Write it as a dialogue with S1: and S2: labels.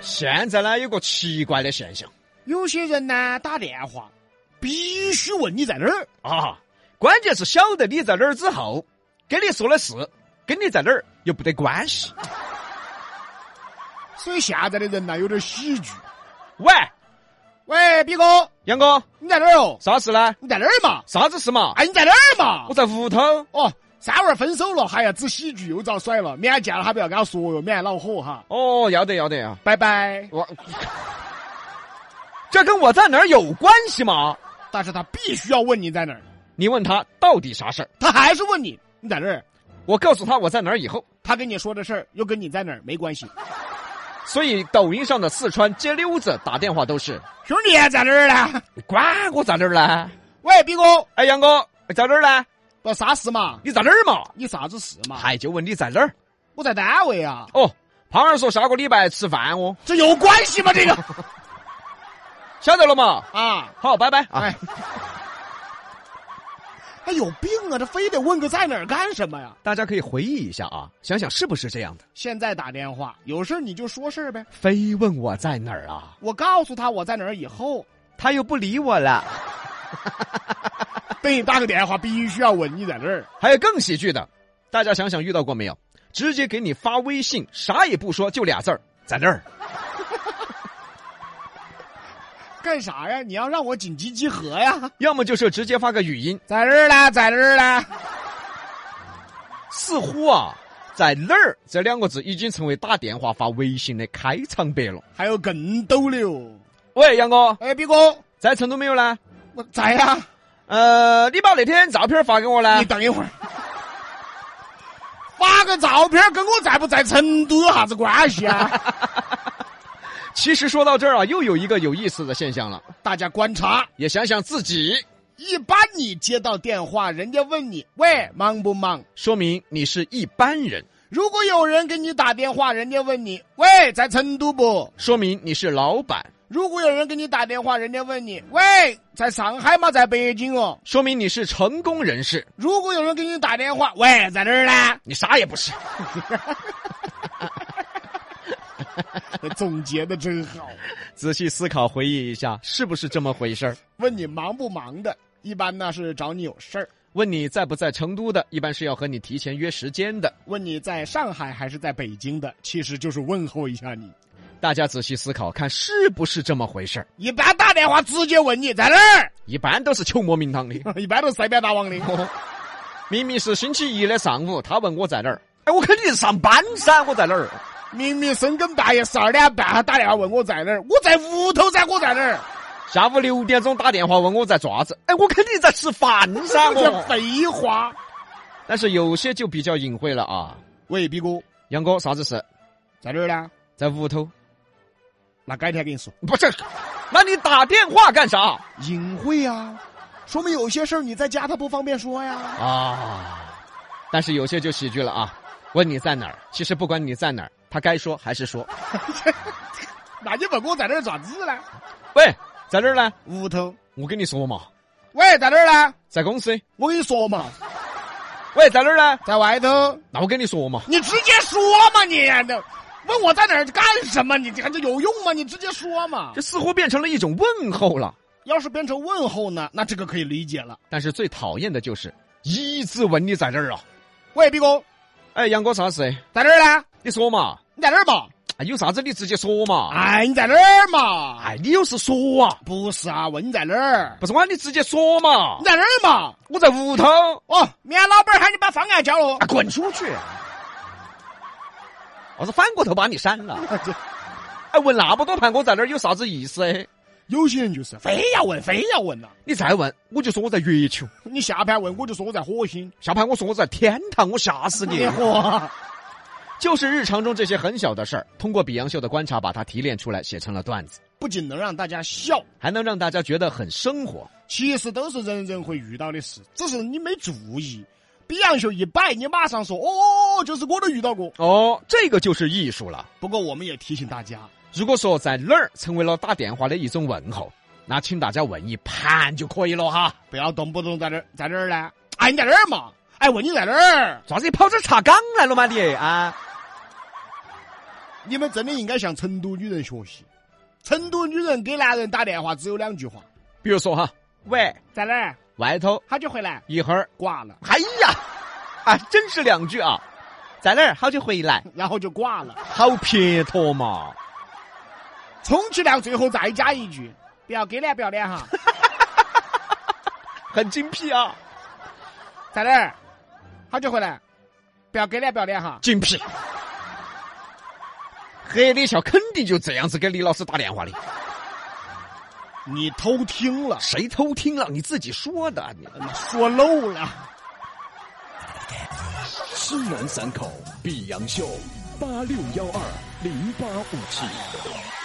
S1: 现在呢，有个奇怪的现象
S2: 有些人呢打电话必须问你在哪儿，
S1: 啊，关键是晓得你在哪儿之后，跟你说的事跟你在哪儿又不得关系。
S2: 所以现在的人呢有点喜剧。
S1: 喂，
S2: 喂，比哥，
S1: 杨哥，
S2: 你在哪儿哦？
S1: 啥事呢？
S2: 你在哪儿嘛？
S1: 啥子事嘛？
S2: 哎，你在哪儿嘛
S1: 我？在屋头。
S2: 哦，三娃儿分手了，还哎要指喜剧，又遭甩了，明天见了他不要跟他说哟，免得恼火哈。
S1: 哦，要得要得啊，
S2: 拜拜。
S1: 我这跟我在哪儿有关系吗？
S2: 但是他必须要问你在哪儿，
S1: 你问他到底啥事儿，
S2: 他还是问你你在哪儿。
S1: 我告诉他我在哪儿以后，
S2: 他跟你说的事儿又跟你在哪儿没关系。
S1: 所以抖音上的四川街溜子打电话都是
S2: 兄弟在哪儿呢？
S1: 你管我在哪儿呢？
S2: 喂，比哥，
S1: 哎，杨哥在哪儿呢？
S2: 不啥事嘛？
S1: 你在哪儿嘛？
S2: 你啥子事嘛？
S1: 还就问你在哪儿。
S2: 我在单位啊，
S1: 哦，胖儿说下个礼拜吃饭哦，
S2: 这有关系吗？这个
S1: 晓得了嘛？
S2: 啊，
S1: 好，拜拜啊！
S2: 哎， 哎，有病啊！这非得问个在哪儿干什么呀？
S1: 大家可以回忆一下啊，想想是不是这样的？
S2: 现在打电话有事儿你就说事儿呗。
S1: 非问我在哪儿啊？
S2: 我告诉他我在哪儿以后，
S1: 他又不理我了。
S2: 被你打个电话必须要问你在哪儿。
S1: 还有更喜剧的，大家想想遇到过没有？直接给你发微信，啥也不说，就俩字儿，在那儿。
S2: 干啥呀？你要让我紧急集合呀？
S1: 要么就是直接发个语音，
S2: 在这儿呢，在这儿呢。
S1: 似乎啊，在那儿这两个字已经成为打电话发微信的开场白了。
S2: 还有更逗的哦。
S1: 喂，杨哥，
S2: 哎，毕哥，
S1: 在成都没有呢？
S2: 我在呀、
S1: 呃，你把那天照片发给我呢
S2: 你。等一会儿，发个照片跟我在不在成都有啥子关系啊？
S1: 其实说到这儿啊，又有一个有意思的现象了，
S2: 大家观察，
S1: 也想想自己，
S2: 一般你接到电话，人家问你喂忙不忙？
S1: 说明你是一般人，
S2: 如果有人给你打电话，人家问你喂在成都不？
S1: 说明你是老板，
S2: 如果有人给你打电话，人家问你喂在上海吗？在北京哦？
S1: 说明你是成功人士，
S2: 如果有人给你打电话，喂在哪儿呢？
S1: 你啥也不是。
S2: 总结的真好。
S1: 仔细思考回忆一下，是不是这么回事儿？
S2: 问你忙不忙的，一般呢是找你有事儿。
S1: 问你在不在成都的，一般是要和你提前约时间的。
S2: 问你在上海还是在北京的，其实就是问候一下你。
S1: 大家仔细思考，看是不是这么回事儿？
S2: 一般打电话直接问你在哪儿，
S1: 一般都是求莫名堂 的。
S2: 一般都是随便打网的。
S1: 明明是星期一的上午，他问我在哪儿，哎，我肯定是上班噻，我在哪儿？
S2: 明明深更半夜十二点半，他打电话问我在哪儿，我在屋头噻，我在哪儿？
S1: 下午六点钟打电话问我在爪子，哎，我肯定在吃饭噻，
S2: 这
S1: 我。
S2: 废话。
S1: 但是有些就比较隐晦了啊，
S2: 喂，毕哥，
S1: 杨哥，啥子事？
S2: 在哪儿呢？
S1: 在屋头？
S2: 那改天跟你说。
S1: 不是，那你打电话干啥
S2: 隐晦啊，说明有些事儿你在家他不方便说呀。
S1: 啊？但是有些就喜剧了啊，问你在哪儿，其实不管你在哪儿，他该说还是说。
S2: 那你问我在哪儿爪子呢？
S1: 喂，在哪儿呢？
S2: 屋头。
S1: 我跟你说嘛，
S2: 喂，在哪儿呢？
S1: 在公司。
S2: 我跟你说嘛，
S1: 喂，在哪儿呢？
S2: 在外头。
S1: 那我跟你说嘛，
S2: 你直接说嘛你，那问我在哪儿干什么？你这这有用吗？你直接说嘛
S1: 这。似乎变成了一种问候了。
S2: 要是变成问候呢，那这个可以理解了。
S1: 但是最讨厌的就是一直问你在哪儿啊？
S2: 喂，毕哥，
S1: 哎，杨哥啥事？
S2: 在哪儿呢？
S1: 你说嘛，
S2: 你在哪儿嘛？
S1: 哎，有啥子你直接说嘛。
S2: 哎，你在哪儿嘛？
S1: 哎，你有事说啊，
S2: 不是啊，问你在哪儿？
S1: 不是我，你直接说嘛
S2: 你。在哪儿嘛？
S1: 我在屋头，
S2: 哦，明天老板喊你把方案交了
S1: 啊，。滚出去！我是翻过头把你删了。哎，问那么多盘，我在那儿有啥子意思？ 哎
S2: 有些人就是非要问，非要问呐、
S1: 你再问，我就说我在月球；
S2: 你下盘问我就说我在火星，
S1: 下盘我说我在天堂，我吓死
S2: 哎
S1: 你！
S2: 嚯，
S1: 就是日常中这些很小的事儿，通过比洋秀的观察把它提炼出来，写成了段子，
S2: 不仅能让大家笑，
S1: 还能让大家觉得很生活。
S2: 其实都是人人会遇到的事，只是你没注意。比洋秀一摆，你马上说哦，就是我都遇到过。
S1: 哦，这个就是艺术了。
S2: 不过我们也提醒大家，
S1: 如果说在哪儿成为了打电话的一种问候，那请大家问一盘就可以了哈。
S2: 不要动不动在这儿在这儿呢。哎，你在这儿嘛？哎，问你在哪儿？
S1: 咋子你跑这儿查岗来了吗你啊？
S2: 你们真的应该向成都女人学习。成都女人给男人打电话只有两句话：
S1: 比如说哈，喂，
S2: 在哪儿？
S1: 外头
S2: 好久回来？
S1: 一会儿，
S2: 挂了，
S1: 哎呀，啊，真是两句啊，在那儿好久回来，
S2: 然后就挂了。
S1: 好撇脱嘛。
S2: 充其量最后再加一句：不要给脸，不要脸 哈，
S1: 很精辟啊，
S2: 在哪儿？好久回来？不要给脸，不要脸哈。
S1: 精辟。黑李笑肯定就这样子给李老师打电话的，
S2: 你偷听了，
S1: 谁偷听了？你自己说的，啊你
S2: 说漏了。
S3: 西南三口碧阳秀八六幺二零八五七。